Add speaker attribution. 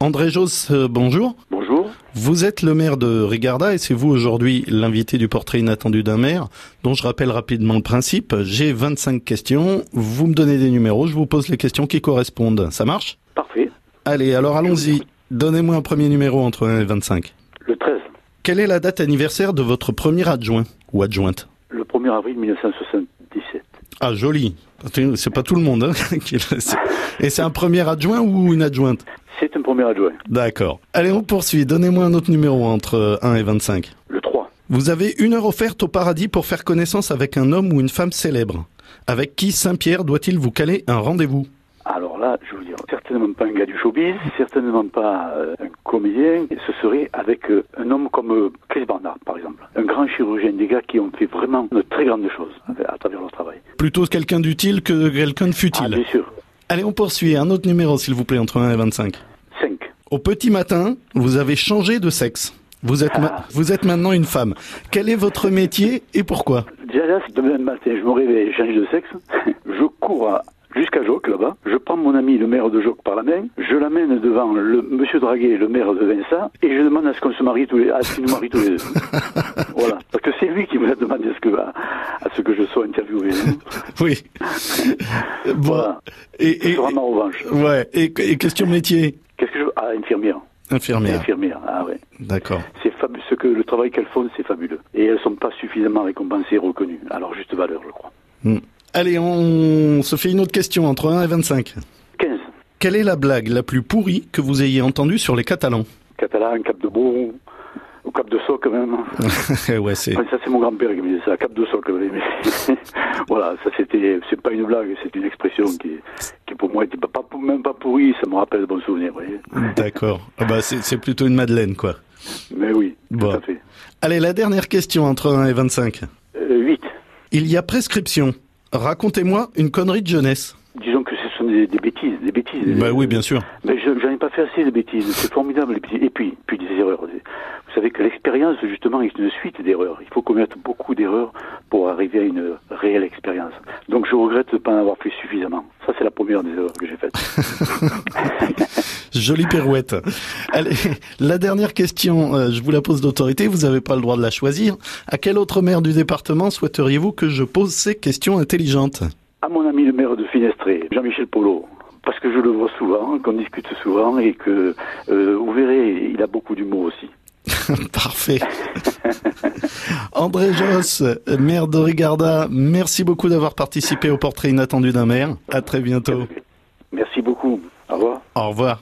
Speaker 1: André Jos, euh, bonjour.
Speaker 2: Bonjour.
Speaker 1: Vous êtes le maire de Rigarda et c'est vous aujourd'hui l'invité du portrait inattendu d'un maire dont je rappelle rapidement le principe. J'ai 25 questions, vous me donnez des numéros, je vous pose les questions qui correspondent. Ça marche
Speaker 2: Parfait.
Speaker 1: Allez, alors allons-y. Donnez-moi un premier numéro entre 1 et 25.
Speaker 2: Le 13,
Speaker 1: Quelle est la date anniversaire de votre premier adjoint ou adjointe
Speaker 2: le 1er avril 1977.
Speaker 1: Ah joli, c'est pas tout le monde. hein, qui le sait. Et c'est un premier adjoint ou une adjointe
Speaker 2: C'est un premier adjoint.
Speaker 1: D'accord. Allez, on poursuit. Donnez-moi un autre numéro entre 1 et 25.
Speaker 2: Le 3,
Speaker 1: Vous avez une heure offerte au paradis pour faire connaissance avec un homme ou une femme célèbre. Avec qui Saint-Pierre doit-il vous caler un rendez-vous
Speaker 2: alors là, je veux dire, certainement pas un gars du showbiz, certainement pas euh, un comédien, et ce serait avec euh, un homme comme euh, Chris Barnard, par exemple. Un grand chirurgien, des gars qui ont fait vraiment de très grandes choses à, à travers leur travail.
Speaker 1: Plutôt quelqu'un d'utile que quelqu'un de
Speaker 2: Ah, bien
Speaker 1: futile.
Speaker 2: sûr.
Speaker 1: Allez, on poursuit. Un autre numéro, s'il vous plaît, entre 1 et 25.
Speaker 2: 5,
Speaker 1: Au petit matin, vous avez changé de sexe. Vous êtes, ma- vous êtes maintenant une femme. Quel est votre métier et pourquoi
Speaker 2: Déjà là, demain matin, je me réveille, je change de sexe. Je cours à- jusqu'à Joc, là-bas. Je prends mon ami, le maire de Joc, par la main. Je l'amène devant le monsieur Draguet, le maire de Vincent. Et je demande à ce qu'on se marie tous les, à ce qu'ils nous marient tous les deux. voilà. Parce que c'est lui qui m'a demandé à ce que, à, à ce que je sois interviewé.
Speaker 1: Oui. Bon.
Speaker 2: Voilà.
Speaker 1: Et,
Speaker 2: Ce
Speaker 1: et-
Speaker 2: sera ma revanche.
Speaker 1: ouais. Et, et question métier
Speaker 2: Qu'est-ce que je veux? Ah, infirmière.
Speaker 1: Infirmière.
Speaker 2: Infirmière. Ah ouais.
Speaker 1: D'accord.
Speaker 2: C'est fabuleux. Ce que le travail qu'elles font, c'est fabuleux. Et elles sont pas suffisamment récompensées et reconnues. Alors, juste valeur, je crois.
Speaker 1: Hmm. Allez, on se fait une autre question entre 1 et 25.
Speaker 2: 15.
Speaker 1: Quelle est la blague la plus pourrie que vous ayez entendue sur les Catalans
Speaker 2: Catalan, Cap de Beau, au Cap de Soc, même.
Speaker 1: Eh Ouais, c'est.
Speaker 2: Enfin, ça, c'est mon grand-père qui me disait ça, cap de socle. Mais... voilà, ça, c'était, c'est pas une blague, c'est une expression qui, qui pour moi était pas, pas- même pas pourrie, ça me rappelle de bons souvenirs, vous voyez.
Speaker 1: D'accord. Ah bah, c'est c'est plutôt une madeleine, quoi.
Speaker 2: Mais oui,
Speaker 1: Bon.
Speaker 2: tout à fait.
Speaker 1: Allez, la dernière question entre 1 et 25.
Speaker 2: 8.
Speaker 1: Il y a prescription. Racontez-moi une connerie de jeunesse.
Speaker 2: Disons que ce sont des, des bêtises, des bêtises.
Speaker 1: Bah oui, bien sûr.
Speaker 2: Mais je, j'en ai pas fait assez de bêtises, c'est formidable. les petits- Et puis, puis des erreurs. Vous savez que l'expérience, justement, est une suite d'erreurs. Il faut commettre beaucoup d'erreurs pour arriver à une réelle expérience. Donc je regrette de pas en avoir fait suffisamment. Ça, c'est la première des erreurs que j'ai faites.
Speaker 1: Jolie pirouette. Allez, la dernière question, euh, je vous la pose d'autorité, vous n'avez pas le droit de la choisir. À quel autre maire du département souhaiteriez-vous que je pose ces questions intelligentes
Speaker 2: à mon ami le maire de Finestré, Jean-Michel Polo, parce que je le vois souvent, qu'on discute souvent et que, euh, vous verrez, il a beaucoup d'humour aussi.
Speaker 1: Parfait. André Joss, maire de Rigarda, merci beaucoup d'avoir participé au portrait inattendu d'un maire. À très bientôt.
Speaker 2: Merci beaucoup. Au revoir.
Speaker 1: Au revoir.